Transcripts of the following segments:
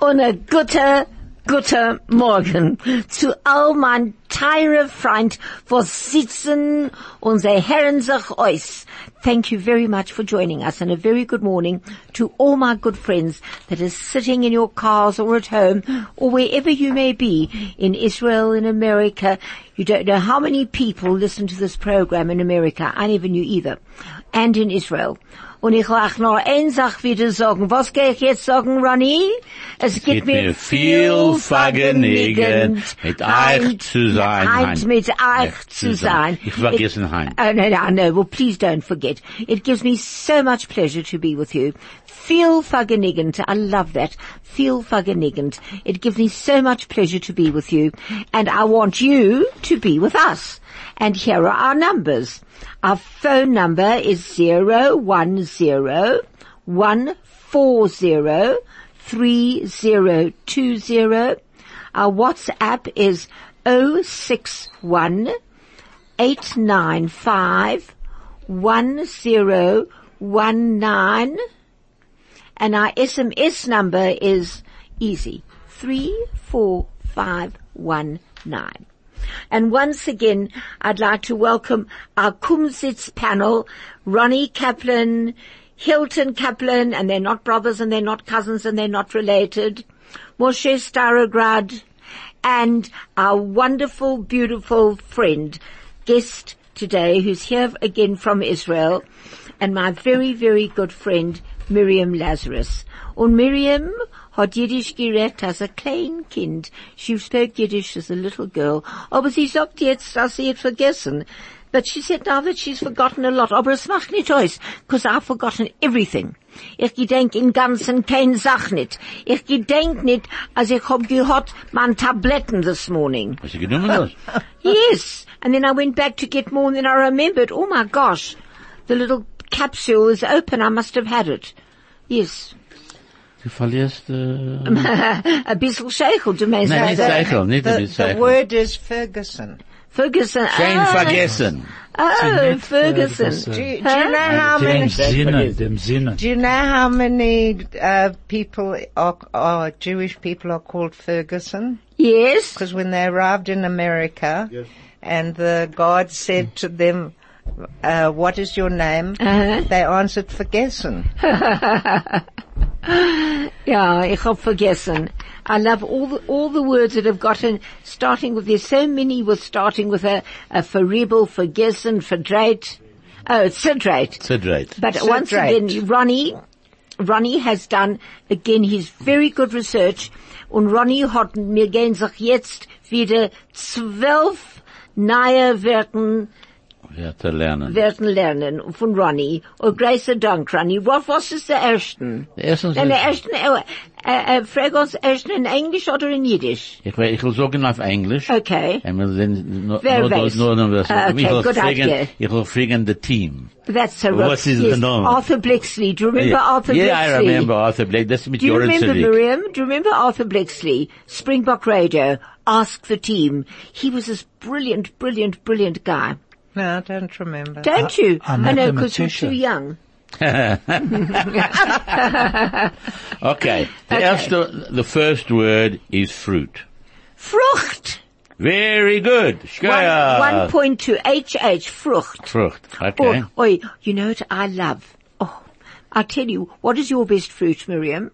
und ein guter, guter Morgen zu all meinen teuren Freund, was sitzen und sie hören sich aus. Thank you very much for joining us and a very good morning to all my good friends that are sitting in your cars or at home or wherever you may be in Israel, in America. You don't know how many people listen to this program in America. I never knew either. And in Israel. Und ich will auch noch eine Sache wieder sagen. Was gehe ich jetzt sagen, Ronny? Es, gibt mir viel Vergnügen, mit euch zu sein, Heint Hein. mit euch Echt zu sein. Ich vergessen, Hein. It- Oh, no, no, no. Well, please don't forget. It gives me so much pleasure to be with you. Feel fuggenigant. I love that. Feel fuggenigant. It gives me so much pleasure to be with you. And I want you to be with us. And here are our numbers. Our phone number is 010 140 3020. Our WhatsApp is 061 895 1019 and our SMS number is easy 34519. And once again, I'd like to welcome our Kumsitz panel, Ronnie Kaplan, Hilton Kaplan, and they're not brothers and they're not cousins and they're not related, Moshe Starograd, and our wonderful, beautiful friend, guest today, who's here again from Israel, and my very, very good friend, Miriam Lazarus. Und Miriam hat Jiddisch geredet als ein klein Kind. She spoke Yiddish as a little girl. Aber sie sagt jetzt, dass sie es vergessen. But she said now that she's forgotten a lot. Aber es macht nicht aus, because I've forgotten everything. Ich gedenk im Ganzen kein Sach nicht. Ich gedenk nicht, als ich hab gehört, man Tabletten this morning. Hast du genommen das? Yes. And then I went back to get more and then I remembered, oh my gosh, the little capsule is open. I must have had it. Yes. Du verlierst, äh, A bissel scheichel, du meinst nein, nicht also- Zeichel, nicht The, mit the Zeichel. word is Ferguson. Ferguson. Kein ah, vergessen. Oh, Ferguson. Do, you- do you Huh? know how Dem many? Sinne, dem Sinne. Do you know how many uh, people are, are Jewish people are called Ferguson? Yes. Because when they arrived in America, and the guard said to them, uh, "What is your name?" Uh-huh. They answered Ferguson. Yeah, ich hab vergessen. I love all the, all the words that have gotten, starting with, there's so many with starting with a, a verrebel, vergessen, verdreit. Oh, it's sidrate. Zedreit. But So once great. again, Ronnie, Ronnie has done again his very good research. Und Ronnie hat mir gehen sich jetzt wieder zwölf neue Wörter, Ja, zu lernen. Wörter lernen von Ronnie. Oh, Und großer Dank, Ronnie. Was, was ist der ersten? Erstens, Denn der ist- ersten, äh, äh, äh, frag uns ersten in Englisch oder in Jiddisch? ich will, ich will sagen auf Englisch. Okay. Und wir sind nur, Wer nur, weiß. nur, nur, nur, Ah, okay, ich will good idea. fragen, ich will fragen the team. That's so What rough. is the yes. name? Arthur Blixley. Do you remember yeah, Arthur Blixley? yeah, I remember Arthur Blake. Das ist mit Do you Joran remember Selig. Miriam? Do you remember Arthur Blixley? Springbok Radio. Ask the team. He was this brilliant, brilliant, brilliant guy. No, I don't remember. Don't you? Uh, a know, because you're mathematician. too young. Okay. The Okay. erste, the first word is fruit. Frucht. Very good. Schwer. One, 1.2 HH. Frucht. Frucht. Okay. Oh, oi, you know what I love? Oh, I'll tell you, what is your best fruit, Miriam?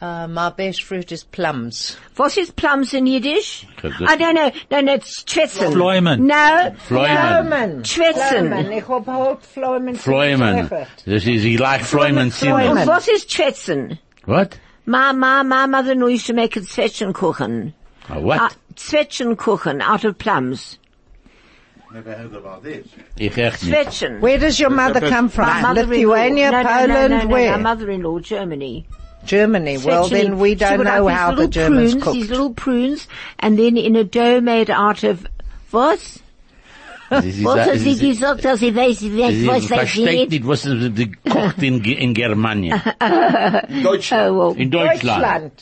Uh, my best fruit is plums. What is plums in Yiddish? Okay, good. I don't know. No, no, it's Chetzen. Pflaumen. No. Pflaumen. Schwitzen. Ich hab halt Pflaumen. Pflaumen. Das ist, ich like Pflaumen Oh, ziemlich. What is Chetzen? What? My, my, my mother knew used to make a Zwetschgenkuchen. A Ah, what? Uh, Zwetschgenkuchen out of plums. Never heard about this. ich echt nicht. Zwetschen. Where does your mother come My from? mother-in-law- Lithuania, no, no, no, Poland, no, no, where? My mother-in-law, Germany. Germany. Well, Zwetschgen. then we She don't would have know these how the little Germans prunes, These cooked. little prunes, and then in a dough made out of, was? Das ist- Was hat das sie ist- gesagt, dass sie weiß, das wer- ist- was weiß sie versteht nicht? nicht, was sie sie kocht in, Ge- in Germanien. Deutschland. Oh, well, In Deutschland.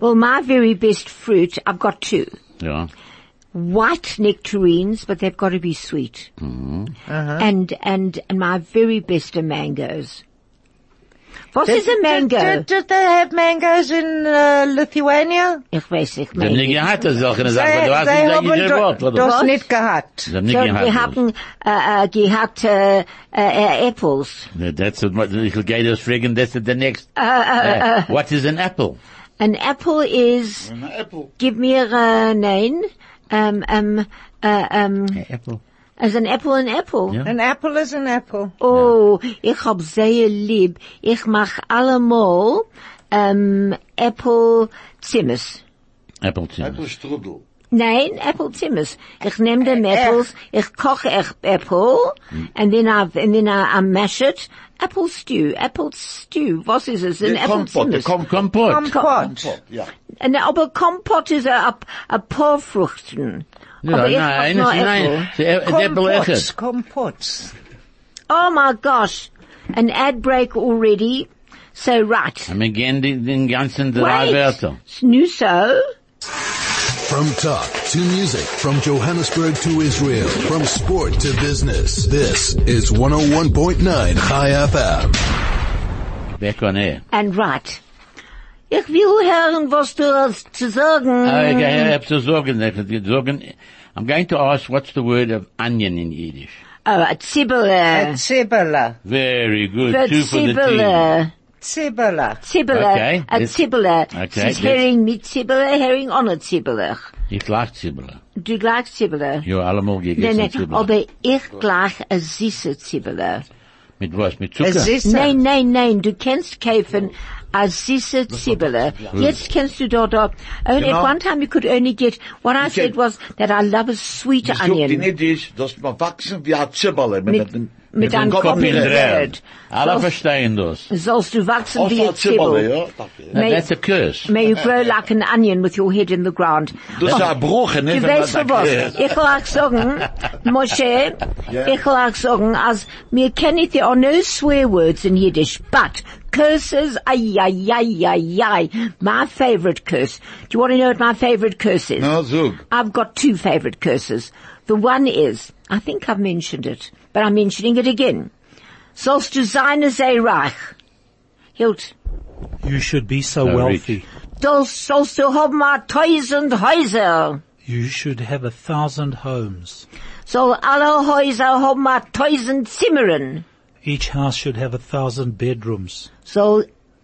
well, my very best fruit, I've got two. Ja. white nectarines, but they've got to be Uh-huh. sweet. And, and, and my very best are mangoes. Was Did- is a Did, mango? did they have mangoes in uh, Lithuania? Ich weiß nicht, Sie haben nicht maybe. gehabt, das solche Sachen, They- aber du hast they nicht haben eigentlich do- Wort, oder? das Was? nicht gehabt. Sie haben nicht So, wir gehabt. das. haben, äh, äh, gehabt, äh, äh, äh, apples. That's what, ich will gehen das fragen, that's the next. Ah, Uh, what is an apple? An apple is, An apple. gib mir, äh, nein, ähm, ähm, äh, ähm, Apple. as an apple an apple. Ja. An apple is an apple. Oh, ich hab sehr lieb. Ich mach allemal, ähm, apple zimmers. Apple Zimt. Apple strudel. Nein, apple zimmers. Ich nehm dem apples, ich koch ech apple, Hm. er, and then I, and then I, I mash it. Apple stew, apple stew. Was is es? An The apple compote, the zimmers. com- Kompott. compot, yeah. En, aber Kompott is a, a, a paar Früchten. Ja, aber ich mach nein, nur nein, nein, Äpfel. the apple Kompots. echet. Kompots. Oh my gosh. An ad break already. So right. Wir gehen die- den ganzen drei Wait. Wörter. Snuso. From talk to music, from Johannesburg to Israel, from sport to business. This is 101.9 High FM. Back on air. And right. Ich will hören, was du hast zu sagen. I have to sagen, that- that- sagen- I'm going to ask what's the word of onion in Yiddish. Oh, a A Zibele. Zibela. Very good. The Two for the team. Zibele. Zibela. Zibele. Okay, A this- Zibele. okay, She's this- herring mit Zibele, herring on a Zibele. Ich like Zwiebeln. Du gleich Zibele? Ja, allemal Nein, gegessen nein, Zwiebeln. aber ich gleich a süße Zibele. Mit was? Mit A Zucker? Zisa. Nein, nein, nein, du kennst kaufen a süße Zwiebele. Jetzt kennst du dort, dort. Only Genau. At one time you could only get, what I said was that I love a sweet Ich such in onion. Yiddish, dass man wachsen wie ein Zibberle. Mit, mit dem einem Kopf Kopf Äh, in in der der Bread. Hand. Alle verstehen das. Sollst du wachsen Auf wie ein ein Zwiebel. Zibberle, ja. Danke. May- That's a curse. May you grow like an onion with your head in the ground. Oh, Das ist ein Bruch, ne? Du wenn man weißt sagt, du was? yes. Ich will auch sagen, Moshe, Ja. ich will auch sagen, als mir kennen, there are oh, no swear words in Yiddish, but curses, ay, ay, ay, ay, ay. My favorite curse. Do you want to know what my favorite curse is? Na, so. I've got two favorite curses. The one is, I think I've mentioned it, but I'm mentioning it again. Sollst du sein as a Reich. Hilt. You should be so So wealthy. rich. Du sollst du haben a tausend Häuser. You should have a thousand homes. So alle Häuser haben a tausend Zimmern. Each house should have a thousand bedrooms. So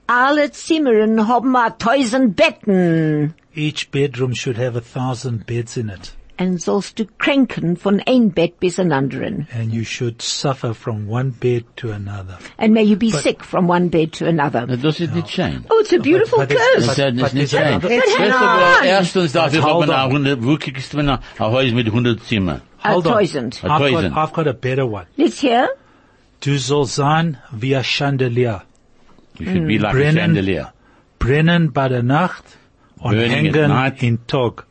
alle Zimmern haben a tausend Betten. Each bedroom should have a thousand beds in it. Und sollst du kränken von ein Bett bis an anderen. And you should suffer from one bed to another. And may you be But- sick from one bed to another. Das ist nicht schön. Oh, it's a beautiful but it's- curse. Das ist das ist nicht schön. But First hang of all, on. erstens darf But ich hold haben on. auch hundert, wo kriegst du mir noch ein Haus mit hundert Zimmer? Hold on. thousand. A I've got, thousand. I've got a better one. Let's hear. Du soll sein wie ein Chandelier. You should be like a Brennen. chandelier. Brennen bei der Nacht und Burning at hängen night. in Tag.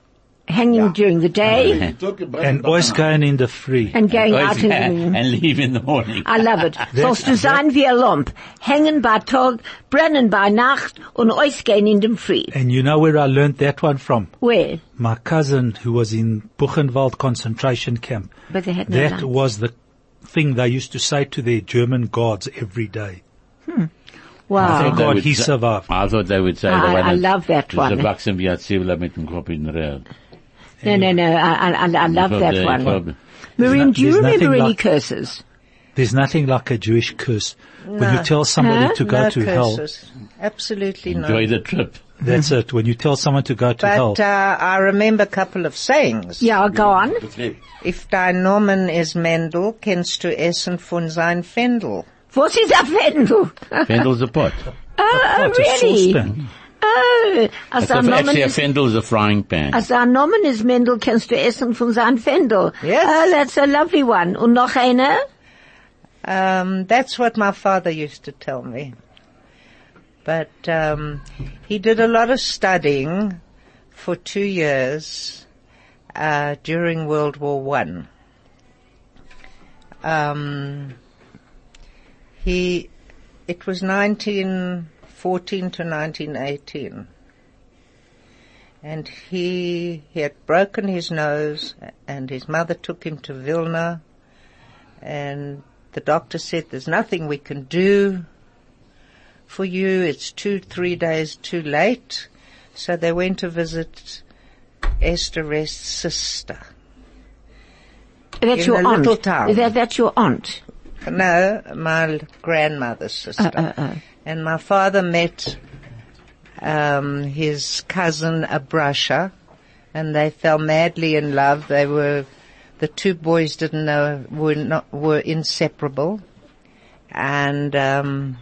Hanging during the day And Ah, ausgehen in the free. and going out in the And morning. Oh, leave in the morning. I love it. Sollst du sein wie ein Lump. Hängen bei Tag, brennen bei Nacht und ausgehen in dem Free. And you know where I learned that one from? Where? My cousin who was in Buchenwald concentration camp. But they had no That lights. was the thing they used to say to their German guards every day. Wow. Thank God he sa- survived. I thought they would say I- the one I that- love that Just one. erwachsen wie ein Zwiebel mit dem Kopf in der Erde. No, no, no. I, I, I- I love Ich that glaub, one. ich glaub, Maureen, do you There's remember nothing any like- curses? There's nothing like a Jewish curse. When you tell somebody Huh? to go No to hell, curses. Absolutely not. Enjoy the trip. that's it. When you tell someone to go to hell, But uh, I remember a couple of sayings. Yeah, go on. If dein Nomen is Mendel, kennst du essen von sein Fendel. What is a Fendel? Fendel's a pot. Oh, it's a really? saucepan. Oh, as our That's nomen actually a is, Fendel's a frying pan. as our nomen is Mendel, kannst du essen von seinem Fendel. Yes. Oh, that's a lovely one. Und noch eine? Um, that's what my father used to tell me. But um, he did a lot of studying for two years uh, during World War One. Um, he, it was 1914 to 1918, and he he had broken his nose, and his mother took him to Vilna and the doctor said there's nothing we can do. for you. It's two, three days too late. So they went to visit Esther Rest's sister. That's In your the aunt. little town. That, that's your aunt. No, my grandmother's sister. And my father met um, his cousin Abrasha, and they fell madly in love. They were the two boys didn't know were not were inseparable, and um,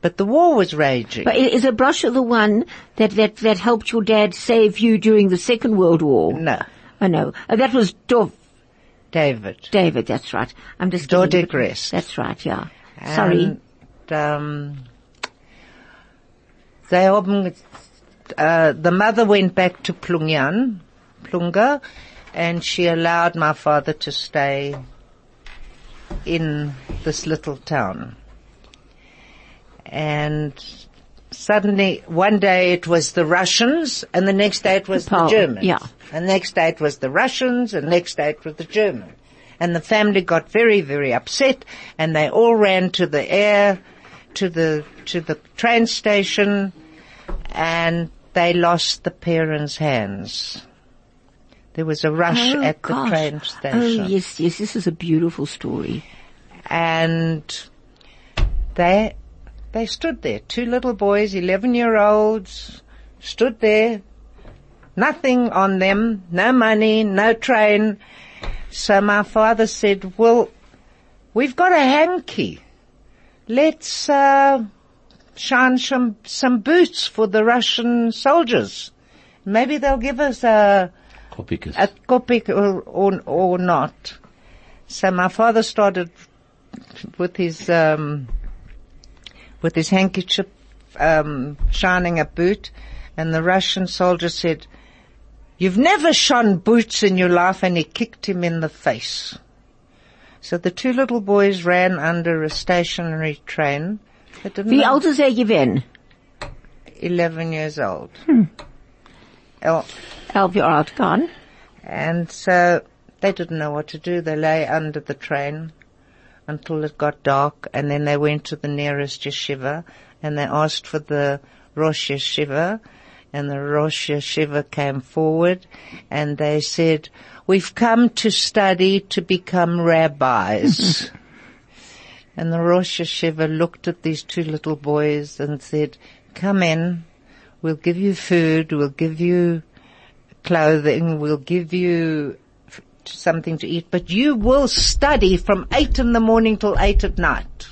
but the war was raging. But i- is a brush the one that, that, that helped your dad save you during the Second World War? no, I know. Uh, that was Dov, David. David, that's right. I'm just Dor kidding. Degrest. That's right, yeah. Sorry. And, um, they haben, uh, the mother went back to Plungyan, Plunga, and she allowed my father to stay in this little town. And suddenly, one day it was the Russians, and the next day it was the Pol- Germans. yeah. And next day it was the Russians, and next day it was the Germans. And the family got very, very upset, and they all ran to the air, to the, to the train station, and they lost the parents' hands. There was a rush oh, at the gosh. train station Oh, yes, yes, this is a beautiful story. and they they stood there. Two little boys, eleven year olds, stood there, nothing on them, no money, no train. So my father said, "Well, we've got a hanky. Let's uh, shine some some boots for the Russian soldiers. Maybe they'll give us a." Copycat. a Kopik or, or, or not. So my father started with his, um, with his handkerchief, um, shining a boot and the Russian soldier said, you've never shone boots in your life and he kicked him in the face. So the two little boys ran under a stationary train. They didn't Wie know- old is er gewesen? 11 years old. Oh, Elf Jahre alt gone. And so they didn't know what to do. They lay under the train until it got dark and then they went to the nearest yeshiva and they asked for the Rosh Yeshiva and the Rosh Yeshiva came forward and they said, we've come to study to become rabbis. and the Rosh Yeshiva looked at these two little boys and said, come in, we'll give you food, we'll give you clothing, we'll give you f- something to eat, but you will study from eight in the morning till eight at night.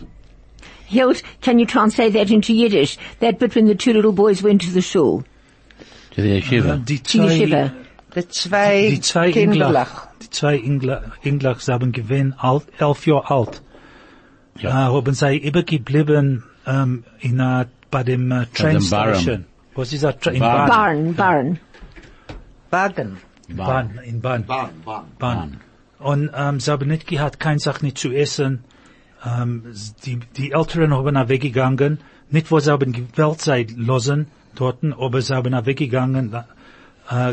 Hilt, can you translate that into Yiddish? That bit when the two little boys went to the shul, to the yeshiva. Uh, Die to zwei, yeshiva. The zwei, die zwei Kinderlach. Englach, die zwei Englach, Englach haben gewinn alt, elf Jahre alt. Ja. Äh, haben sie übergeblieben, ähm, in a, bei dem äh, Train dem Barren. Station. Was ist das? Tra- In Barren. Barn, Bahn. barn. Wagen. Barn. Bahn, in Bahn. Bang, bang. Bahn. Und ähm, sie haben nicht gehabt, keine Sache nicht zu essen. Ähm, s- die, die Älteren haben auch weggegangen. Nicht, wo sie haben gewählt sein lassen, dorten, aber sie haben auch weggegangen. Äh,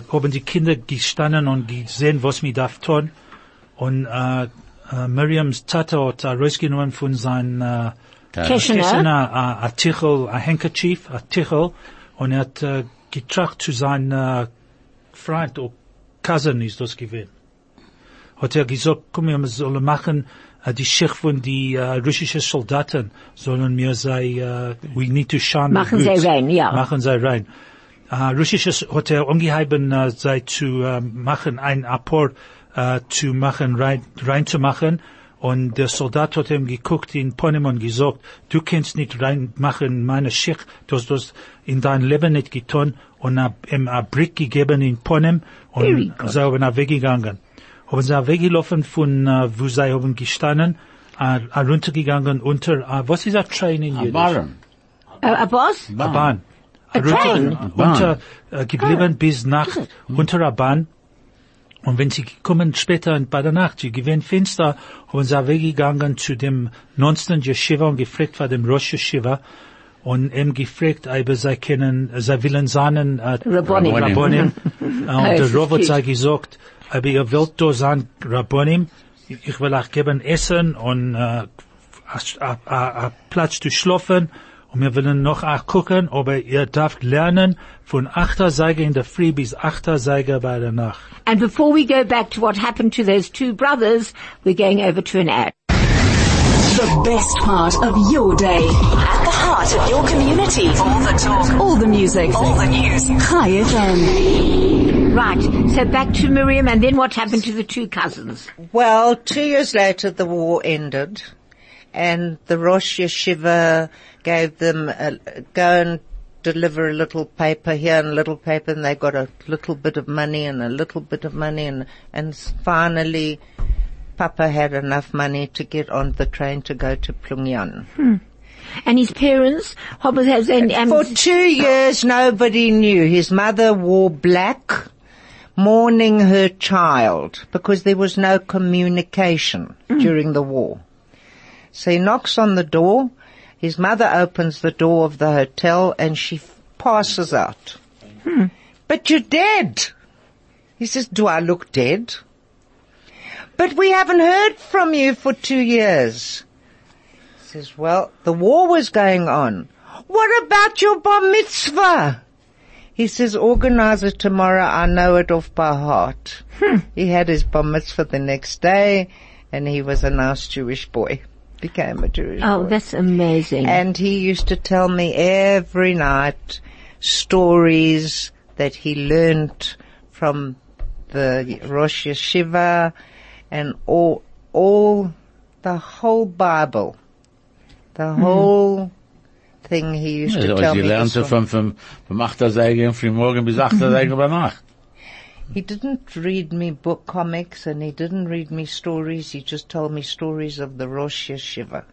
haben die Kinder gestanden und gesehen, was wir darf tun. Und äh, äh, Miriams Tata hat äh, rausgenommen von seinem äh, Keschener. Keschener, äh, ein Tichel, ein Handkerchief, ein Tichel. Und er hat äh, getracht zu seinem äh, Freund oder Cousin ist das gewesen hat er gesagt, komm, wir sollen machen, äh, die Schicht von die äh, russischen Soldaten sollen mir sei, äh, we need to shine the Machen boots. sie rein, ja. Machen sie rein. Äh, russisches hat er umgehalten, äh, sei zu äh, machen, ein Apport äh, zu machen, rein, rein zu machen. Und der Soldat hat ihm geguckt in Ponem und gesagt, du kannst nicht reinmachen meine Schicht, du hast das in dein Leben nicht getan und hab ihm ein Brick gegeben in Ponem Very und good. sie haben auch weggegangen haben sie weggelaufen von, äh, wo sie haben gestanden, äh, äh, runtergegangen unter, äh, was ist ein Train in A Jiddisch? Barn. A, a Uh, boss? A Bahn. A train? Unter, äh, geblieben bis Nacht unter der Bahn. Und wenn sie kommen später und bei der Nacht, sie gewinnen Fenster, haben sie weggegangen zu dem 19. Yeshiva und gefragt vor dem Rosh Yeshiva und ihm gefragt, ob sie können, sie äh, willen seinen, äh, Rabbonim. Rabbonim. Äh, und es der ist Robert süß. sei gesagt, aber ihr wollt da sein, Rabbonim, ich will euch geben Essen und äh, a- a- a- a Platz zu schlafen Und wir wollen noch auch gucken, aber ihr dürft lernen von 8er Seiger in der Früh bis 8er Seiger bei der Nacht. And before we go back to what happened to those two brothers, we're going over to an ad. The best part of your day. At the heart of your community. All the talk. All the music. All the news. Hi FM. Right, so back to Miriam and then what happened to the two cousins? Well, two years later, the war ended, and the Rosh Yeshiva gave them a, go and deliver a little paper here and a little paper, and they got a little bit of money and a little bit of money, and and finally, Papa had enough money to get on the train to go to Plungyan. And his parents, Hobbes has an, um, For two years, nobody knew. His mother wore black, mourning her child because there was no communication during the war. So he knocks on the door. His mother opens the door of the hotel and she f- passes out. But you're dead. He says, do I look dead? But we haven't heard from you for two years says, well, the war was going on. What about your bar mitzvah? He says, organize it tomorrow. I know it off by heart. He had his bar mitzvah the next day and he was a nice Jewish boy. Became a Jewish oh, boy. that's amazing. And he used to tell me every night stories that he learnt from the Rosh Yeshiva and all, all, the whole Bible. The whole thing he used to tell Also, me. sie this lernte one. vom, vom, vom 8er Seiger im Frühmorgen bis 8er Seiger bei Nacht. He didn't read me book comics and he didn't read me stories. He just told me stories of the Rosh Yeshiva.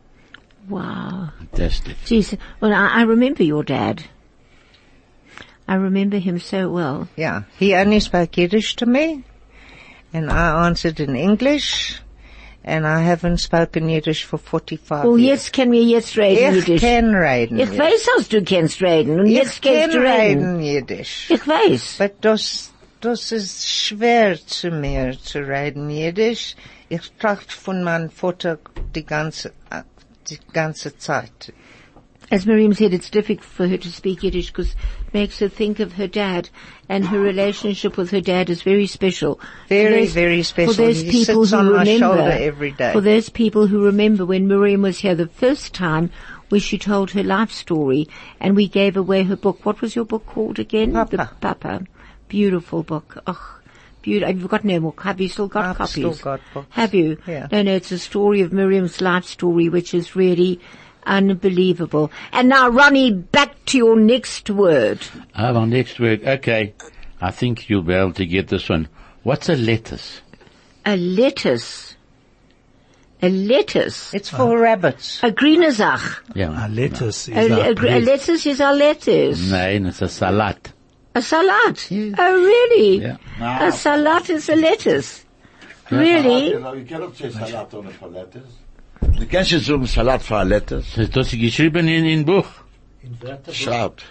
wow. Fantastic. Jeez, well, I, I remember your dad. I remember him so well. Yeah, he only spoke Yiddish to me, and I answered in English, and I haven't spoken Yiddish for 45 Well, years. jetzt können wir jetzt reden, Ich Jiddisch. can reden. Ich weiß, dass du kannst reden und jetzt Ich kannst can du reden. reden Yiddish. Ich weiß. But das, das ist schwer zu mir zu reden Yiddisch. Ich tracht von meinem Vater die ganze, die ganze Zeit. As Miriam said, it's difficult for her to speak Yiddish because it makes her think of her dad and her relationship with her dad is very special. For Very, those- very special. For those He people sits who on my remember, shoulder every day. For those people who remember when Miriam was here the first time where she told her life story and we gave away her book. What was your book called again? Papa. The Papa. Beautiful book. Oh, beautiful. Have you got no more? Have you still got I've copies? still got books. Have you? Yeah. No, no, it's a story of Miriam's life story, which is really unbelievable. And now, Ronnie, back to your next word. Aber next week, okay. I think you'll be able to get this one. What's a lettuce? A lettuce. A lettuce. It's for rabbits. A grüne Sach. Yeah. A lettuce Ah, is A, a, a, a bread. lettuce is a lettuce. Nein, it's a salad. A salad. Oh, really? Yeah. A salad is a lettuce. Really? Du kannst jetzt sagen Salat für Lettuce. Das hast du geschrieben in, in Buch. Schaut.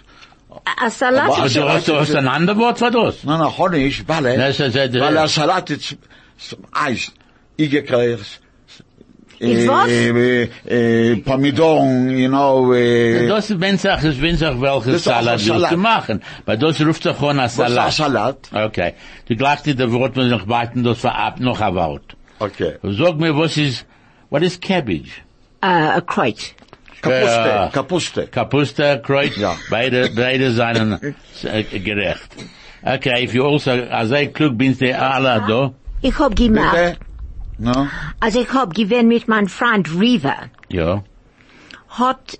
A- A salad is Also hast du hast du ein anderes Wort für das? Nein, nein, kann ich, weil er, Das ist, äh, weil er Salat ist, zum Eis, ingekriegt. Ist was? Äh, äh, Pomidoren, you know, äh, Das ist, wenn sag, das wenn sag, welches Das ist auch ein Salat willst Salat. du machen. Weil das ruft doch schon ein was ist ein Salat. Salat. Okay. Du glaubst dir, der Wort, wenn noch warten, das war ab, noch ein Wort. Okay. Sag mir, was ist, what is cabbage? uh, a crate. Kapuste, Äh, Kapuste. Kapuste, Kreuz, Ja. beide, beide seinen äh, gerecht. Okay, if you also, als ich klug bin, die alle da. Ich hab gemacht. Bitte? No? Also ich hab gewinn mit meinem Freund Riva. Ja. hat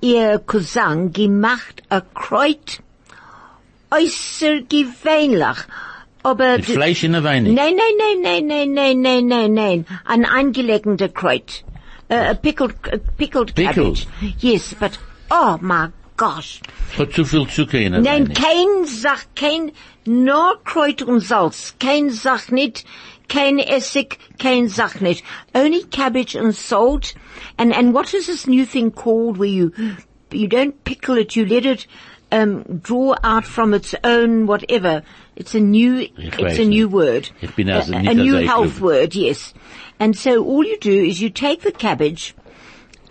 ihr Cousin gemacht a Kreuz äußergewöhnlich. Aber Mit Fleisch in der Weine. nein, nein, nein, nein, nein, nein, nein, nein, nein, ein eingelegter Kreuz. Äh, a pickled, a pickled cabbage. Pickles. Yes, but oh my gosh. Hat zu viel Zucker in der Nein, Weine. kein Sach, kein, nur Kreuz und Salz. Kein Sach nicht, kein Essig, kein Sach nicht. Only cabbage and salt. And, and what is this new thing called where you, you don't pickle it, you let it, um, draw out from its own whatever. It's a new, it's weiß a new nicht. word. Ich bin also a, nicht a new also health eklig. word, yes. And so all you do is you take the cabbage,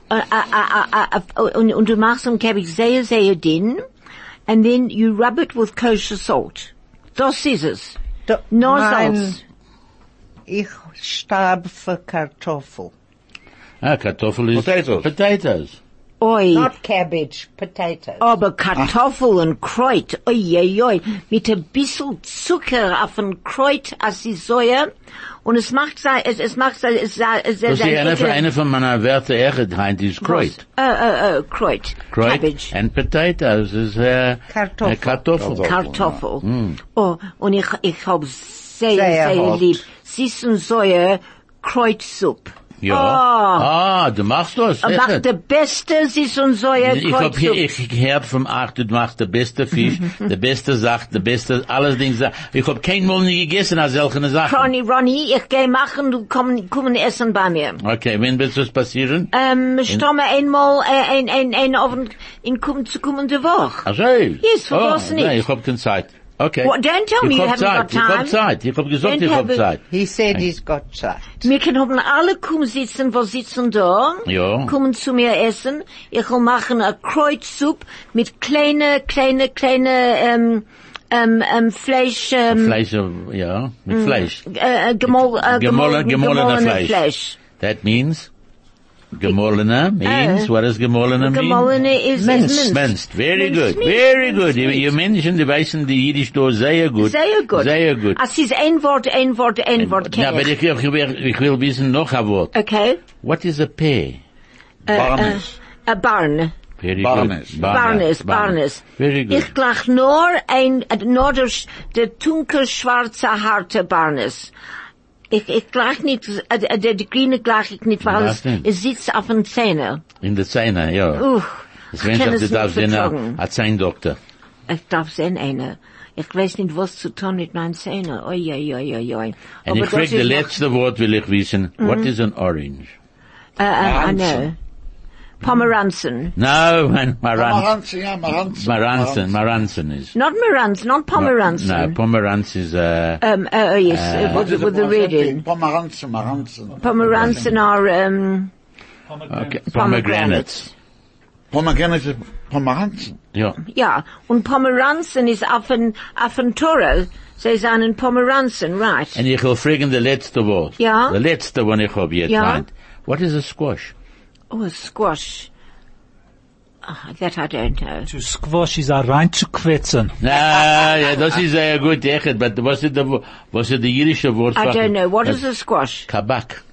uh, uh, uh, und, und du machst ein Cabbage sehr, sehr dünn, and then you rub it with kosher salt. Das ist es. Do- No nein, Salz. Ich starb für Kartoffel. Ah, Kartoffel is Potatoes. Potatoes. Oi. Not cabbage, potatoes. Aber Kartoffel und Kreut, oi, oi, oi, mit ein bissel Zucker auf ein Kreut, als die Säuer, und es macht sein, es, es macht sein, es, sa- es, Das es, ist eine eh, von, eine von meiner nou Werte Echtheit ist Kreuz. Äh, äh, äh, Kreut. Kreuz Cabbage. and potatoes is äh, Kartoffel. äh, Kartoffel. Mm. Kartoffel. Kartoffel. Oh, und ich, ich hab sehr, sehr, Sehr hart. lieb. Süß und Säuer, Kreuzsuppe. Ja. Oh, Ah, du machst das. er macht der echt. beste Süß und Säuer, Ich hab hier, Kreuzsuppe. ich gehört vom Acht, du machst der beste Fisch, der beste Sacht, der beste, alles Ding. Ich hab kein Mal nie gegessen an solchen Sachen. Ronny, Ronny, ich geh machen, du komm, komm und essen bei mir. Okay, wenn wird es passieren? Ähm, stamme einmal äh, ein, ein, ein Abend in kum, zu kommende Woche. Also, Yes, Oh, for us nicht. Nein, ich hab keine Zeit. Okay. Well, don't tell ich me you haven't hab Zeit, got ich time. hab Zeit, ich hab gesagt, Don't ich hab have a- Zeit. He said he's got Zeit. Wir können haben alle kum sitzen, wo sitzen da. Ja. Kommen zu mir essen. Ich will machen a Kreuzsuppe mit kleine, kleine, kleine, ähm, ähm, ähm, Fleisch, ähm, Fleisch, äh, ja, mit Fleisch. äh, äh, gemol, äh, Gemolle- gemol- gemollener gemollener Fleisch. That means, gemollene means, what does gemollene mean? Gemollene is Uh, Minced, minced. Very good, very good. You, you mentioned, die weißen die Jiddisch da sehr gut. Sehr gut. Ah, Sehr gut. Es ist ein Wort, ein Wort, ein Wort, Na, kenn aber ich. ich, ich, will- ich will wissen noch ein Wort. Okay? What is a pear? Barnes. A barn. Very Barnes. good. Barnes, Barnes. Very good. Ich glach nur ein, nur der, sch- der dunkelschwarze, harte Barnes. Ich, ich glach nicht, äh, äh, der, der grüne glach ich nicht, weil Was es, denn? es sitzt auf den Zähnen. In der Zeine, ja. Uff. Es ich wünscht kann auf die eh, es nicht Darf den vertragen. als sein Doktor. Ich darf sehen eine. Ich weiß nicht, was zu tun mit meinen Zähnen. Oi, oi, oi, oi, oi. Und ich frage, das letzte Wort will ich wissen. What is an orange? Äh, äh, eine. Pomeranzen. No, man, Maran, Maranzen, ja, Maranzen. Maranzen, Maranzen is. Not Maranz, not Nou, Pomeranzen. No, Pomeranz is, uh, Um, uh, yes, uh, What is with, with the a red Pomeranzen? in. Pomeranzen, Maranzen. Pomeranzen are, um, okay, Pomegranates. pomegranates. Pomeranzen, Pomeranzen. Ja. Ja, und Pomeranzen ist auf ein, auf ein Toro. Sie sagen Pomeranzen, right. Und ich will fragen, the letzte Wort. Ja. The letzte, one ich hab jetzt. Ja. hand. What is a squash? Oh, a squash. Ah, that I don't know. To squash is a rein zu quetschen. Na, ja, eh, das ist sehr gut, echt, but was ist der, Wo- was ist der jüdische Wort? I für- don't know. What Uh, is a squash? Eh, Kabak.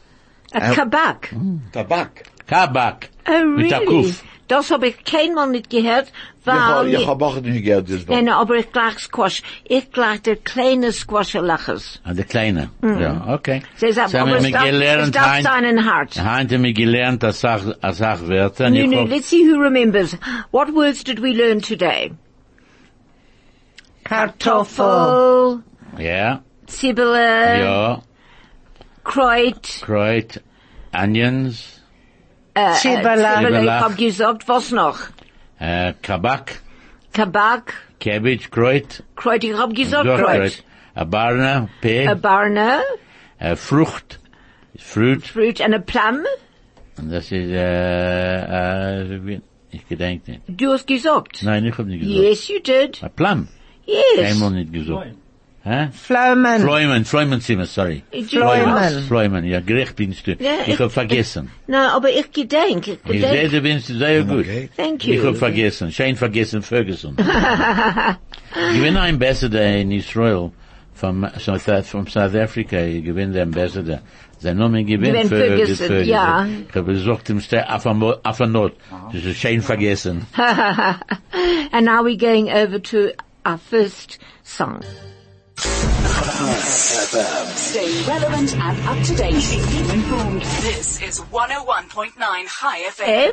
A kabak. Tabak. Kabak. Oh, uh, hmm? Mit der really? Kuf. Das habe ich keinmal nicht gehört, Ich hab- weil... Ich hab auch nicht gehört, das Wort. Nein, aber ich gleich Squash. Ich gleich der kleine Squashelachers. Ah, der Kleine. Mm. Ja, okay. Sie sagen, So haben aber wir es darf, es gelernt, darf Heinz- seinen Hart. Heint haben wir gelernt, als Sach, als Sachwörter. Und No, ich no, hoffe- let's see who remembers. What words did we learn today? Kartoffel. Ja, Zwiebeln, ja, Kreut, Kreuz, Onions, Zwiebeln. Zwiebeln. Zwiebeln, äh, ich hab gesagt, was noch? äh, Kabak, Kabak, Cabbage, Kreuz, Kreut, ich hab gesagt ja, Kreut. Kreuz, a Barna, A Pear, barna, a Frucht, Fruit, fruit and a plum, und das ist, äh, äh, wie- ich gedenk nicht. du hast gesagt. Nein, ich hab nicht gesagt. Yes, you did. A Plum, Yes. einmal nicht gesagt. Hä? Floman. Fleumann, Fleumann sind wir, sorry. Did you Fleumann, Fleumann. Fleumann, ja, gerecht binst du. Ja, Ich hab vergessen. No, aber ich gedenk, ich Ich sehe, gedenk. du bist sehr gut. Thank Ich hab you. vergessen, Shane vergessen Ferguson. ich bin ein Ambassador in Israel from South, from South Africa. Ich bin der Ambassador. Sein Name gewinnt Gewinn Ferguson. Ferguson, ja. Ich habe gesagt, im Ste- auf einmal- auf einmal not. Uh-huh. Das ist Shane vergessen. And now we're going over to our first song. Stay relevant and up to date. Keep informed. This is 101.9 High FM. Eh?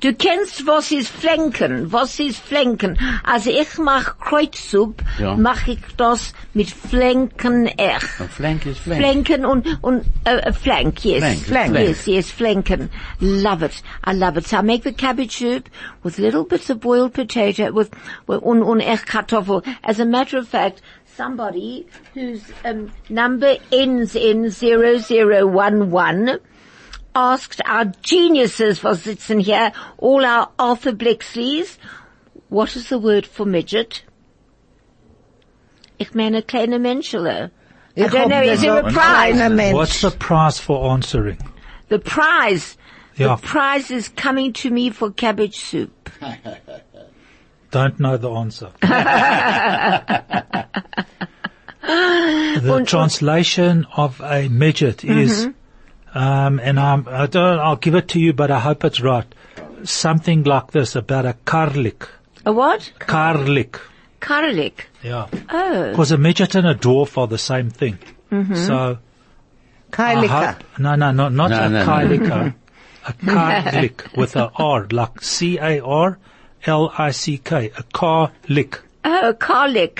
Du kennst, was ist Flenken, was ist Flenken. Also ich mach Kreuzsuppe, Ja. mach ich das mit Flenken echt. Und Flank ist Flank. Flanken und, und, äh, äh, flank, yes. Flank, flank. Yes, yes, flanken. Love it. I love it. So I make the cabbage soup with little bits of boiled potato with, with un, un echt kartoffel. As a matter of fact, somebody whose um, number ends in 0011 asked our geniuses for sitzen here, all our Arthur Blexies, what is the word for midget? Ich meine kleine Menschele. I Ich don't hab know, is there a gesagt, prize? kleiner Mensch. What's the price for answering? The prize. Yeah. The prize is coming to me for cabbage soup. Don't know the answer. the translation of a midget is, um, and I'm, I don't, I'll give it to you, but I hope it's right. Something like this about a karlik. A what? Karlik. Karlik. Yeah. Oh. Because a midget and a dwarf are the same thing. So, I Kailika. hope- no, no, no, not No, no, a no. kailika. a karlik with a R, like C-A-R-L-I-C-K, a karlik. Oh, karlik.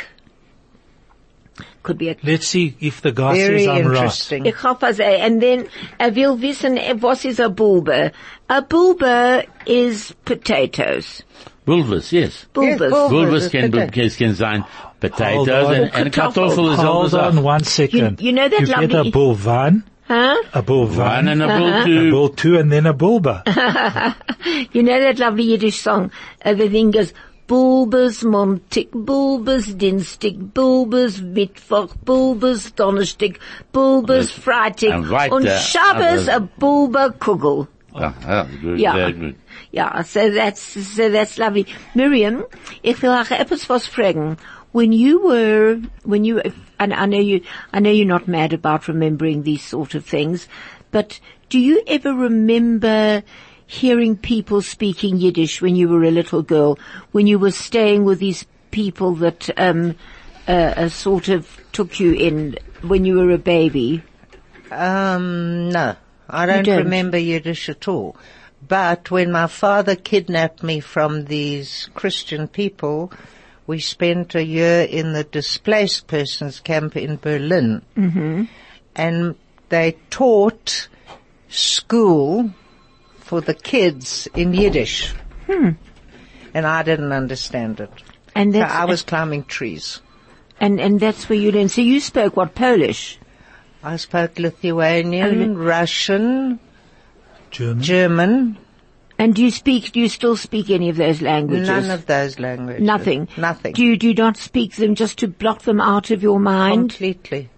Could be a Let's see if the guy Very says I'm right. interesting. Ich hoffe sehr. And then er will wissen, eh, was ist a Bulbe? A Bulbe is potatoes. Bulbus, yes. Bulbes. Yes, bulbes. Bulbus can, potato. can, can sign potatoes Hold on. and, and kartoffel is all Hold the on same. one second. You- you know that you get lovely- a bulvan, Huh? a bulvan, One and a a bull bull two, and then a bulba. You know that lovely Yiddish song? Uh, the thing goes, Bulbes Montag, Bulbes Dienstag, Bulbes Mittwoch, Bulbes Donnerstag, Bulbes Freitag and right und there, uh, Shabbos others. a Bulbe Kugel. Ah, ah, good, Yeah. very good. Yeah, so that's, so that's lovely. Miriam, ich will auch etwas was fragen. When you were, when you, and I know you, I know you're not mad about remembering these sort of things, but do you ever remember hearing people speaking Yiddish when you were a little girl, when you were staying with these people that, um, uh, uh, sort of took you in when you were a baby? Um, no, I don't, don't? remember Yiddish at all. But when my father kidnapped me from these Christian people, we spent a year in the displaced persons camp in Berlin. Mm-hmm. And they taught school for the kids in Yiddish. And I didn't understand it. And So that's, I was climbing trees. and, and that's where you learned. So you spoke what, Polish? I spoke Lithuanian, Russian, German. German, And do you speak, do you still speak any of those languages? None of those languages. Nothing. Nothing. Do you, do you not speak them just to block them out of your mind? completely.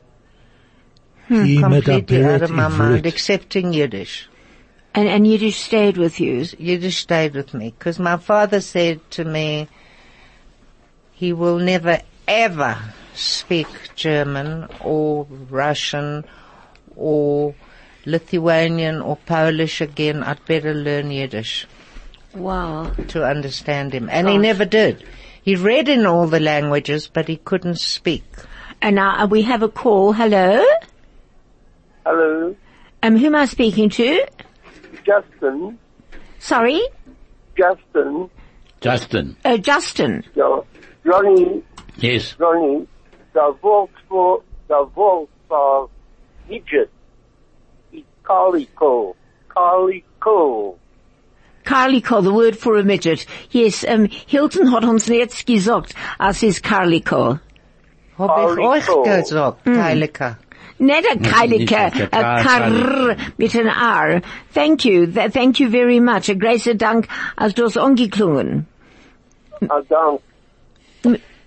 He met a Completely out bird of my in mind, Vreet. excepting Yiddish. And, and Yiddish stayed with you. Yiddish stayed with me because my father said to me, he will never ever speak German or Russian or Lithuanian or Polish again. I'd better learn Yiddish Wow. to understand him. And he Gosh. never did. He read in all the languages, but he couldn't speak. And now uh, we have a call. Hello? Hello, Um, who am I speaking to? Justin. Sorry? Justin. Justin, Uh, Justin. Ja, Ronnie, yes. Ronnie. The wolf for the wolf of Egypt. Calico. Calico. Karliko, the word for a midget. Yes, um, Hilton Uh, hat uns jetzt gesagt, als ist Karliko. Hab ich euch Karliko. gesagt, Hmm. Teilika. Not a nicht Keilige, ein a Kar Kar- mit an R. Thank you, Th- thank you very much. A greater Dank, als du es angeklungen. Adam.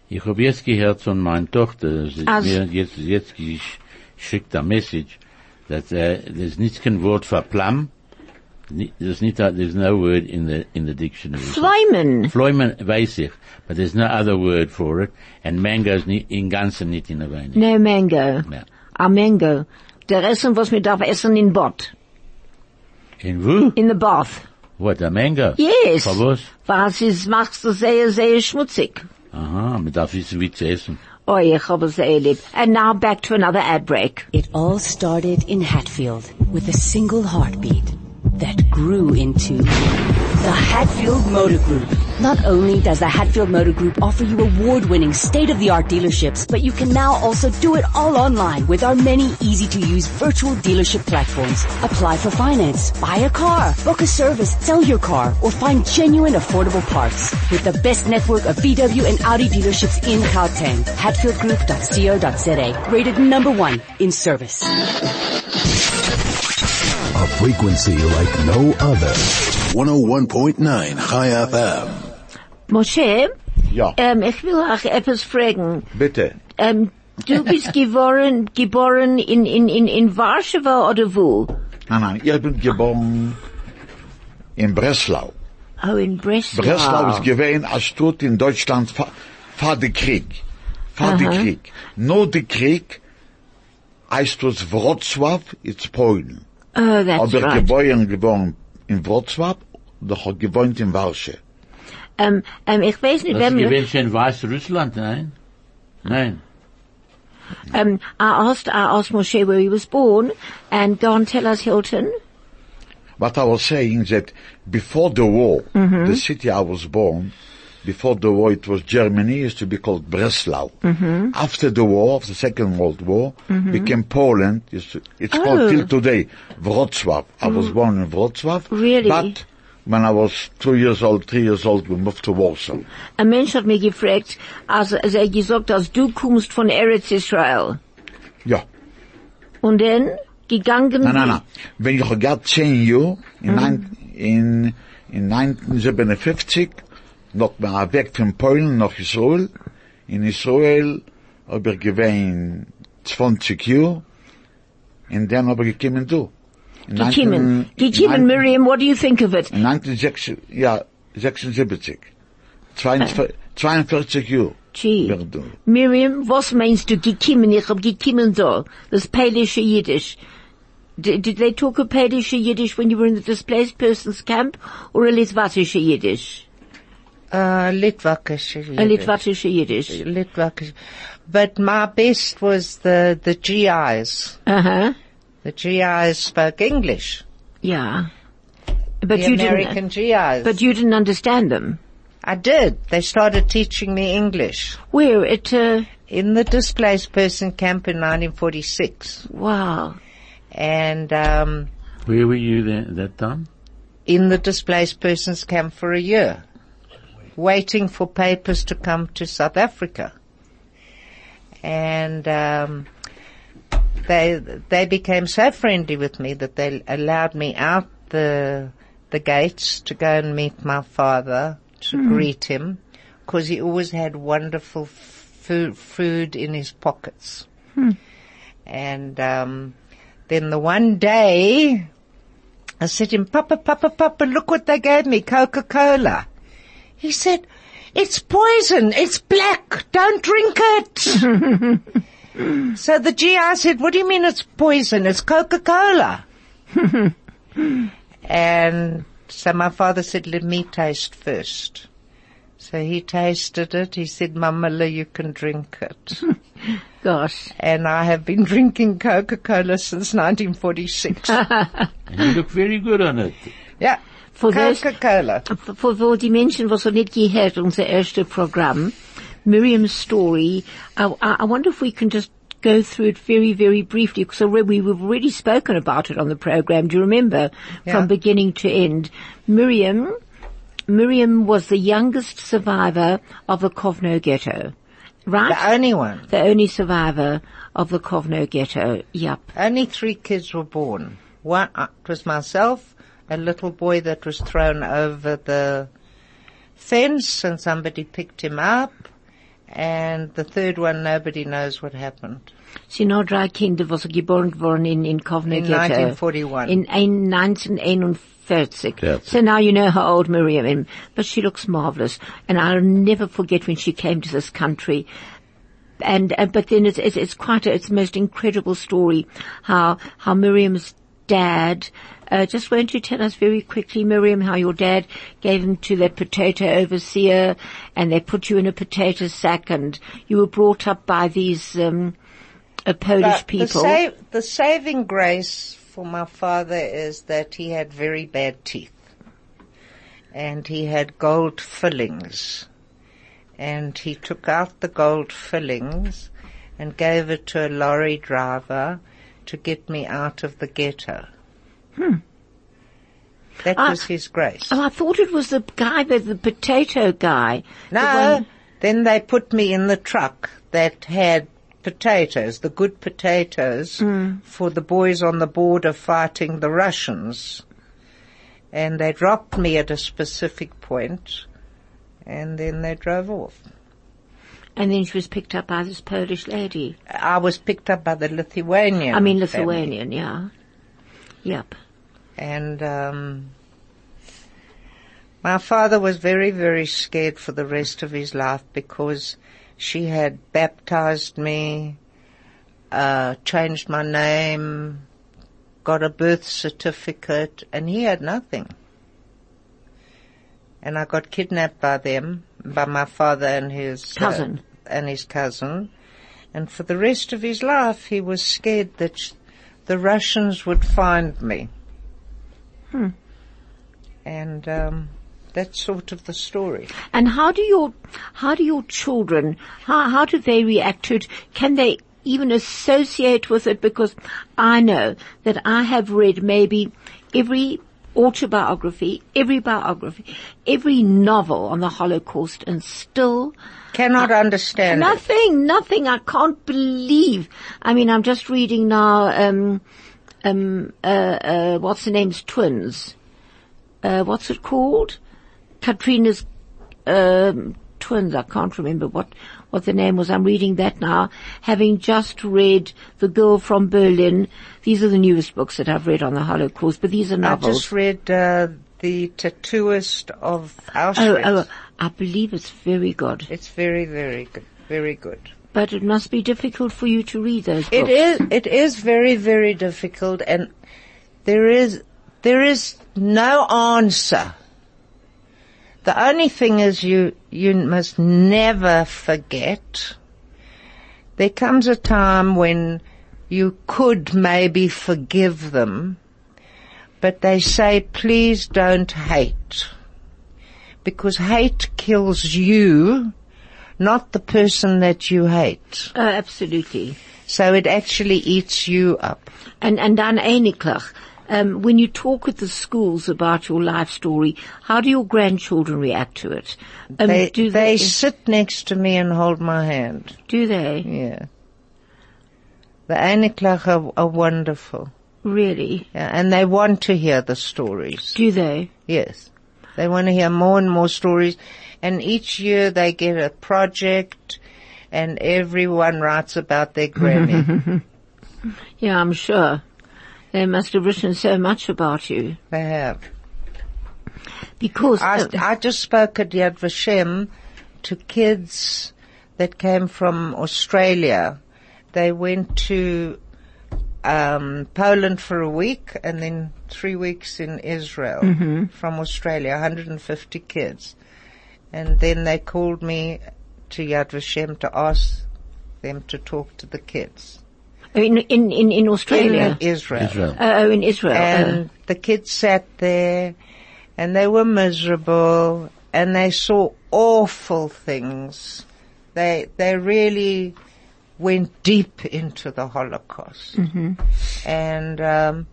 Ich habe jetzt gehört von meiner Tochter, sie hat Also- mir jetzt, jetzt geschickt ein Message, dass äh, there's nicht kein Wort für Plum, Ni- there's, nicht, a- there's no word in the, in the dictionary. Fleimen. Fleumen weiß ich, but there's no other word for it, and mango's nicht, in ganzen nicht in der Weine. No mango. Ja. A mango. Der Essen, was mir darf essen in Bot. In wo? In the bath. What, a mango? Yes. Für was? Was ist, machst du sehr, sehr schmutzig. Aha, man darf wissen, wie zu essen. Oh, ich habe es sehr lieb. And now back to another ad break. It all started in Hatfield with a single heartbeat that grew into the Hatfield Motor Group. Not only does the Hatfield Motor Group offer you award-winning state-of-the-art dealerships, but you can now also do it all online with our many easy-to-use virtual dealership platforms. Apply for finance, buy a car, book a service, sell your car, or find genuine affordable parts. With the best network of VW and Audi dealerships in Gauteng, hatfieldgroup.co.za, rated number one in service. A a frequency like no other. 101.9 High FM. Moshe, Ja. ähm, ich will auch etwas fragen. Bitte. Ähm, du bist geboren, geboren in, in, in, in Warschau oder wo? Nein, nein, ich bin nou, geboren in Breslau. Oh, in Breslau. Breslau Ah. ist gewesen als Stadt in Deutschland fa- vor dem Krieg. Vor dem Aha. Krieg. Nur der Krieg heißt es Wrocław, ist Polen. Oh, that's Aber right. geboren, geboren in Wrocław, doch gewohnt in Warschau. Ähm, ähm, ich weiß nicht, Das wenn wir, gewinnt schon Weißrussland, nein? Nein. ähm, I asked, I asked Moshe where he was born and go on tell us Hilton. What I was saying is that before the war, Mm-hmm. the city I was born, before the war it was Germany, used to be called Breslau. Mm-hmm. After the war, after the Second World War, became Poland. It's, it's Oh. Mm. called till today Wrocław. I was born in Wrocław. Really? But when I was two years old, three years old, we moved to Warsaw. Ein Mensch hat mir gefragt, als, als er gesagt, als du kommst von Eretz Israel. Yeah. Und dann gegangen. No, no, no. When you got 10 years, in, nine, in, in 1957, noch mal weg von Polen nach Israel. In Israel habe ich gewesen 20 Jahre. Und dann habe ich gekommen du. In Gekimen. 19 Gekimen, in Miriam, what do you think of it? in 1976, ja, 76. 42, 42 Jahre. Gee. werd du. Miriam, was meinst du, gekimen? Ich hab gekimen da. Das palische Yiddish. Did, did they talk a palische Yiddish when you were in the displaced persons camp? Or a litvatische Yiddish? Uh, Litvakish. A litvatische Yiddish. Litvakish. But my best was the, the GIs. Uh-huh. The GIs spoke English. Yeah. But the you American didn't, GIs. but you didn't understand them. I did. They started teaching me English Where? At, uh, in the displaced person camp in 1946. wow. And, um, Where were you then, that time? in the displaced persons camp for a year, waiting for papers to come to South Africa. And um, they they became so friendly with me that they allowed me out the the gates to go and meet my father to greet him, because he always had wonderful food food in his pockets. And um, then the one day I said to him, Papa, Papa, Papa, look what they gave me, Coca-Cola. He said, it's poison, it's black, don't drink it. so the GI said, what do you mean it's poison? It's Coca-Cola. and so my father said, let me taste first. So he tasted it. He said, Mamala, you can drink it. Gosh. and I have been drinking Coca-Cola since 1946. And you look very good on it. yeah. For those- Coca-Cola. Vor, vor die Menschen, was er nicht gehört, unser erstes Programm, Miriam's story, I, I I wonder if we can just go through it very, very briefly, because alre- we've already spoken about it on the program, do you remember? Yeah. From beginning to end. Miriam, Miriam was the youngest survivor of the Kovno ghetto, right? The only one. The only survivor of the Kovno ghetto, yep. Only three kids were born. One, uh, it was myself, a little boy that was thrown over the fence and somebody picked him up. And the third one, nobody knows what happened. Sie noch drei Kinder, was geboren worden in, in Kovno In Ghetto. 1941. In ein- 1941. Yes. So now you know how old Miriam is. But she looks marvelous. And I'll never forget when she came to this country. And, uh, but then it's, it's, it's quite a, it's the most incredible story how, how Miriam's dad, uh, just won't you tell us very quickly, Miriam, how your dad gave him to that potato overseer and they put you in a potato sack and you were brought up by these, um, uh, Polish But The, people. sa- the saving grace for my father is that he had very bad teeth. And he had gold fillings. And he took out the gold fillings and gave it to a lorry driver to get me out of the ghetto. That Hmm. Ah. was his grace. Oh, I thought it was the guy, the, the potato guy. The No, one- then they put me in the truck that had potatoes, the good potatoes Hmm. for the boys on the border fighting the Russians. And they dropped me at a specific point and then they drove off. And then she was picked up by this Polish lady. I was picked up by the Lithuanian. I mean, family. Lithuanian, yeah. Yep. And um, my father was very, very scared for the rest of his life because she had baptized me, uh, changed my name, got a birth certificate, and he had nothing. And I got kidnapped by them, by my father and his uh, Cousin. and his cousin. And for the rest of his life, he was scared that sh- the Russians would find me. Hmm. And um, that's sort of the story. And how do your, how do your children, how, how do they react to it? Can they even associate with it? Because I know that I have read maybe every autobiography, every biography, every novel on the Holocaust and still Cannot understand. it. Nothing, nothing. I can't believe. I mean, I'm just reading now. Um, um, uh, uh, what's the name's twins? Uh, what's it called? Katrina's um, twins. I can't remember what what the name was. I'm reading that now, having just read The Girl from Berlin. These are the newest books that I've read on the Holocaust, but these are I novels. just read uh, the tattooist of oh, oh, Auschwitz. I believe it's very good, It's very, very good. Very good. but it must be difficult for you to read those. It books. is. It is very, very difficult, and there is there is no answer. The only thing is you you must never forget. There comes a time when you could maybe forgive them, but they say please don't hate, because hate kills you, not the person that you hate. Oh, absolutely. So it actually eats you up. And and Dan Eniklich, um, when you talk at the schools about your life story, how do your grandchildren react to it? Um, they, do they sit next to me and hold my hand. do they Yeah. The Aniklach are, are wonderful. really? Yeah, and they want to hear the stories. Do they? Yes. They want to hear more and more stories. And each year they get a project and everyone writes about their granny. Yeah, I'm sure. They must have written so much about you they have. because I, uh, I just spoke at Yad Vashem to kids that came from Australia. They went to um, Poland for a week and then three weeks in Israel from Australia, 150 kids. And then they called me to Yad Vashem to ask them to talk to the kids in, in in in Australia. in Israel. Israel. Oh, oh, in Israel. And the kids sat there and they were miserable and they saw awful things. They, they really went deep into the Holocaust. Mm-hmm. And, um,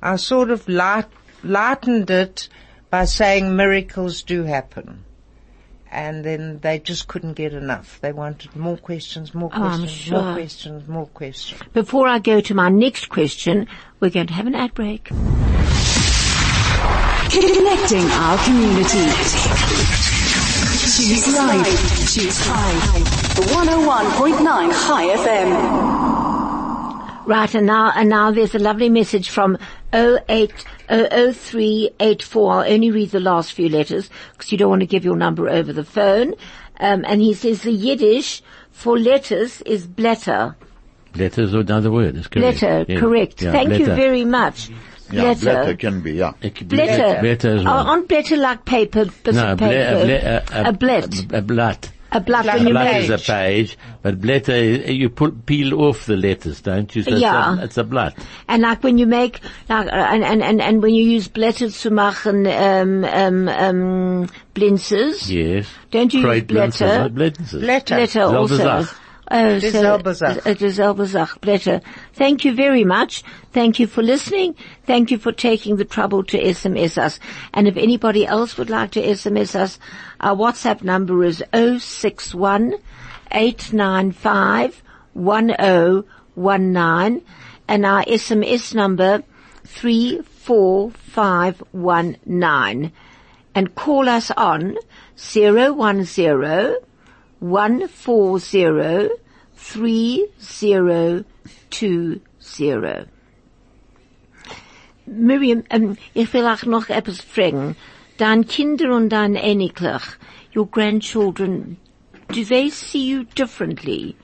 I sort of light, lightened it by saying miracles do happen. And then they just couldn't get enough. They wanted more questions, more Oh, I'm questions, sure. more questions, more questions. oh. Before I go to my next question, we're going to have an ad break. Connecting our community. Choose life. Choose high. 101.9 High FM. Right, and now and now there's a lovely message from 080384. I'll only read the last few letters because you don't want to give your number over the phone. Um, and he says the Yiddish for letters is blätter. Letter is another word. That's correct. Blätter, Yeah. correct. Yeah, Thank you blätter. very much. Yeah, blätter Blätter. can be, yeah. It could be Blätter. Blätter as well. Oh, aren't blätter like paper, bits no, Nou, a of ble- paper? a, ble- a, a, blätt. A blat. A blat Like when you a Blat make- is uh, a page, but blätter, is- you pull, peel off the letters, don't you? So it's a- Yeah. It's a blat. And like when you make, like, uh, and, and, and, and when you use blätter zu machen, um, um, um, blintzes. Yes. Don't you use Kreidblans- blätter? Blätter. Letter. Blätter also. Zelfde zaak. Oh, is so- zelfde zaak. It is zelfde zaak, Blätter. Thank you very much. Thank you for listening. Thank you for taking the trouble to SMS us. And if anybody else would like to SMS us, oh our WhatsApp number is 061 895 1019 and our SMS number 34519 and call us on 010 140 3020. Miriam, ähm, ich will auch noch etwas Hmm. fragen. Deine Kinder und dein Enkelach, your grandchildren, do they see you differently?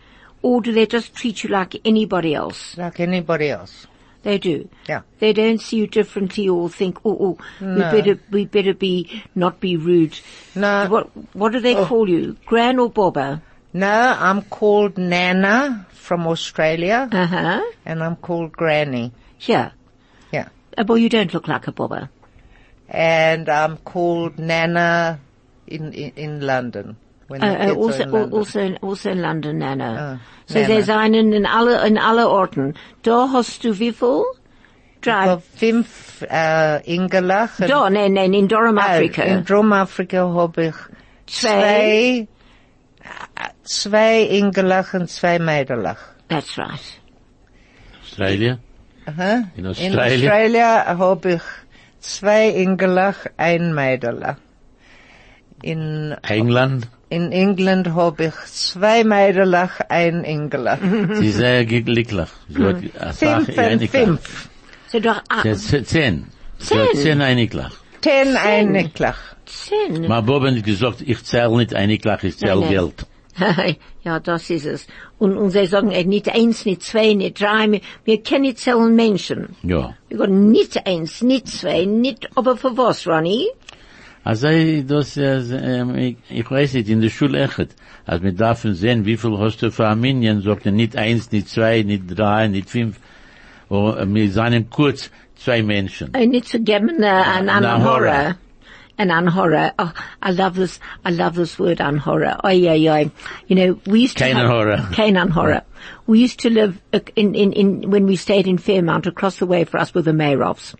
Or do they just treat you like anybody else? like anybody else. They do. Yeah. They don't see you differently or think, oh, oh No. we better, we better be, not be rude. No. Oh. What, what do they call you? Gran or Bobba? No, I'm called Nana from Australia Uh huh. and I'm called Granny. Yeah. Yeah. Uh, well, you don't look like a Bobba. And I'm called Nana in, in, in London. When the Uh, uh, kids also, are in al- London. also, in, also in London, Nana. Ah, so Nana. sie seien in alle, in alle Orten. Da hast du wie viel? Drei. Well, Fünf, uh, Ingelach. and- Da, nein, nein, in Durham, Afrika. Oh, In Dromafrika habe ich Zwei. zwei, uh, zwei Ingelach und zwei Mädelach. That's right. Australia. Aha. In Uh-huh. In Australia. Australia habe ich zwei Ingelach, ein Mädelach. In, England. in England habe ich zwei Mädelach, ein Ingelach. Mhm. Sie ist sehr glücklich. Sie hat eine Sache, Fünf, eine und Klacht. fünf. So doch, ah, Sie hat ze- zehn. Sie hat Zehn. zehn eine Klacht. Ten, ein Ingelach. zehn. Mein Bob hat gesagt, ich zähle nicht eine Klacht, ich zähle Nein, nein. Geld. ja, das ist es. Und, und sie sagen, eh, nicht eins, nicht zwei, nicht drei, wir, wir kennen nicht zählen Menschen. Ja. Wir können nicht eins, nicht zwei, nicht, aber für was, Ronnie? Also, das, äh, ähm, ich, ich weiß nicht, in der Schule echt. Also, wir dürfen sehen, wie viel hast du für Arminien, sagt er, nicht eins, nicht zwei, nicht drei, nicht fünf. Oh, äh, wir seien kurz zwei Menschen. I need to give an, uh, an, an An horror. horror. An anhora. Oh, I love this. I love this word anhora. Oh yeah, yeah. You know, we used to Kein have- horror. Kein anhora. We used to live uh, in, in, in, when we stayed in Fairmount across the way for us were the Mayrovs.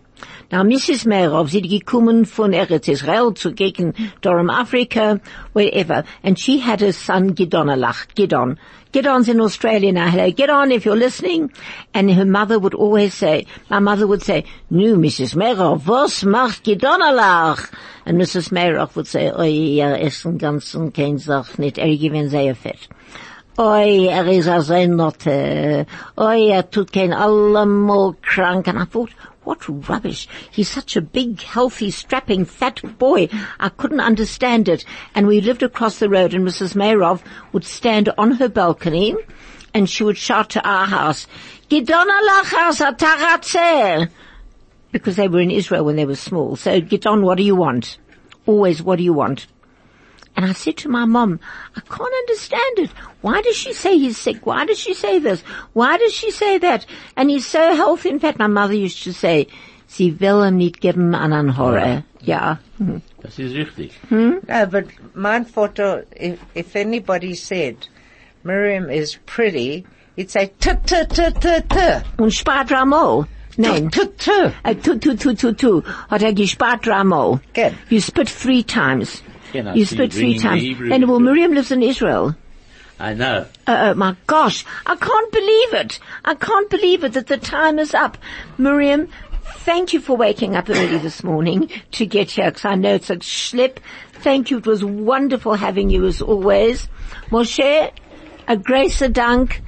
Now Mrs. Mayrov, sie gekommen von Eretz Israel zu gegen Durham Africa, wherever. And she had her son Gidonalach, Gidon. Gidon's in Australia now. Hello, Gidon, if you're listening. And her mother would always say, my mother would say, Nu, Mrs. Mayrov, was macht Gidonalach? And Mrs. Mayrov would say, Oi, er ist ein ganzen kein Sach nicht, er gewinnt sehr fett. Oi, er is a sein Notte. Oi, er tut kein allemal krank. And I thought, what rubbish. He's such a big, healthy, strapping, fat boy. I couldn't understand it. And we lived across the road and Mrs. Mayrov would stand on her balcony and she would shout to our house, Gidona lachas ataratze. Because they were in Israel when they were small. So, Gidon, what do you want? Always, what do you want? And I said to my mom, I can't understand it. Why does she say he's sick? Why does she say this? Why does she say that? And he's so healthy. In fact, my mother used to say, Sie will ihm nicht geben an an Horror. Ja. Das ist richtig. No, but my photo, if, if anybody said Miriam is pretty, it'd say t t t t t. Und spart Ramo. Nein. T t. Äh, Tu, tu, tu, tu, tu. Hat er gespart Ramo. Good. You spit three times. Can I You see spit three you bringing the times. Hebrew And well, into it? Miriam lives in Israel. I know. Uh, oh my gosh, I can't believe it. I can't believe it that the time is up. Miriam, thank you for waking up early this morning to get here because I know it's a schlep. Thank you. It was wonderful having you as always. Moshe, a grace a dunk.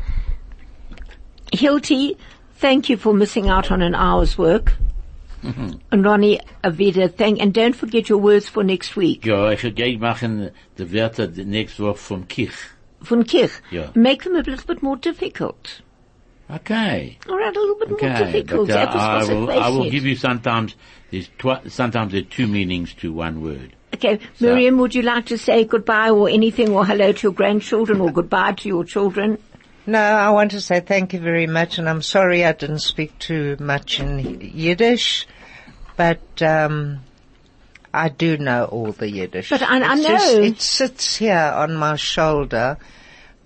Hilti, thank you for missing out on an hour's work. Mm-hmm. and Ronnie, Avida, thank, and don't forget your words for next week. Ja, ich gehe machen die Werte die nächste Woche vom Kich. Von Kirch. Yeah. Make them a little bit more difficult. Okay. All right, a little bit more Okay. difficult. But, uh, That I was will, I will give you. you sometimes, there's twi- sometimes there are two meanings to one word. Okay, Miriam, would you like to say goodbye or anything or hello to your grandchildren or goodbye to your children? No, I want to say thank you very much, and I'm sorry I didn't speak too much in Yiddish, but um, I do know all the Yiddish. But I- I It's know. just- it sits here on my shoulder.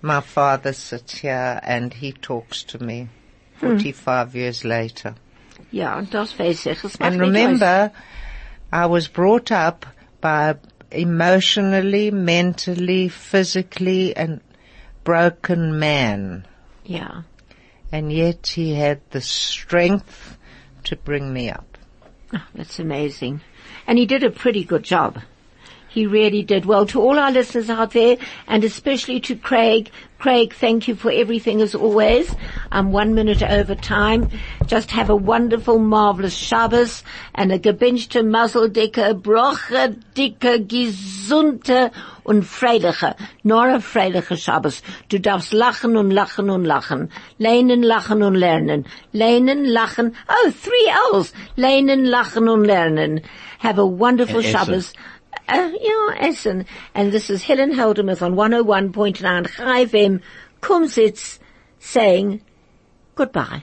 My father sits here, and he talks to me. Hmm. Forty-five years later. Yeah, das weiß ich. Es macht And nicht aus. remember, I was brought up by emotionally, mentally, physically, and broken man. Yeah. and yet he had the strength to bring me up. Oh, That's amazing. And he did a pretty good job. He really did. Well, to all our listeners out there, and especially to Craig. Craig, thank you for everything as always. I'm one minute over time. Just have a wonderful, marvelous Shabbos and a gewünschte Mazeldicke, broche, dicke, gesunde und freiliche, nur a freiliche Shabbos. Du darfst lachen und lachen und lachen. Lehnen, lachen und lernen. Lehnen, lachen. Oh, three L's. Lehnen, lachen und lernen. Have a wonderful And Esther. Shabbos. Uh, yeah, Essen. And this is Helen Holdemouth on 101.9 Chai FM, Kumsitz, saying goodbye.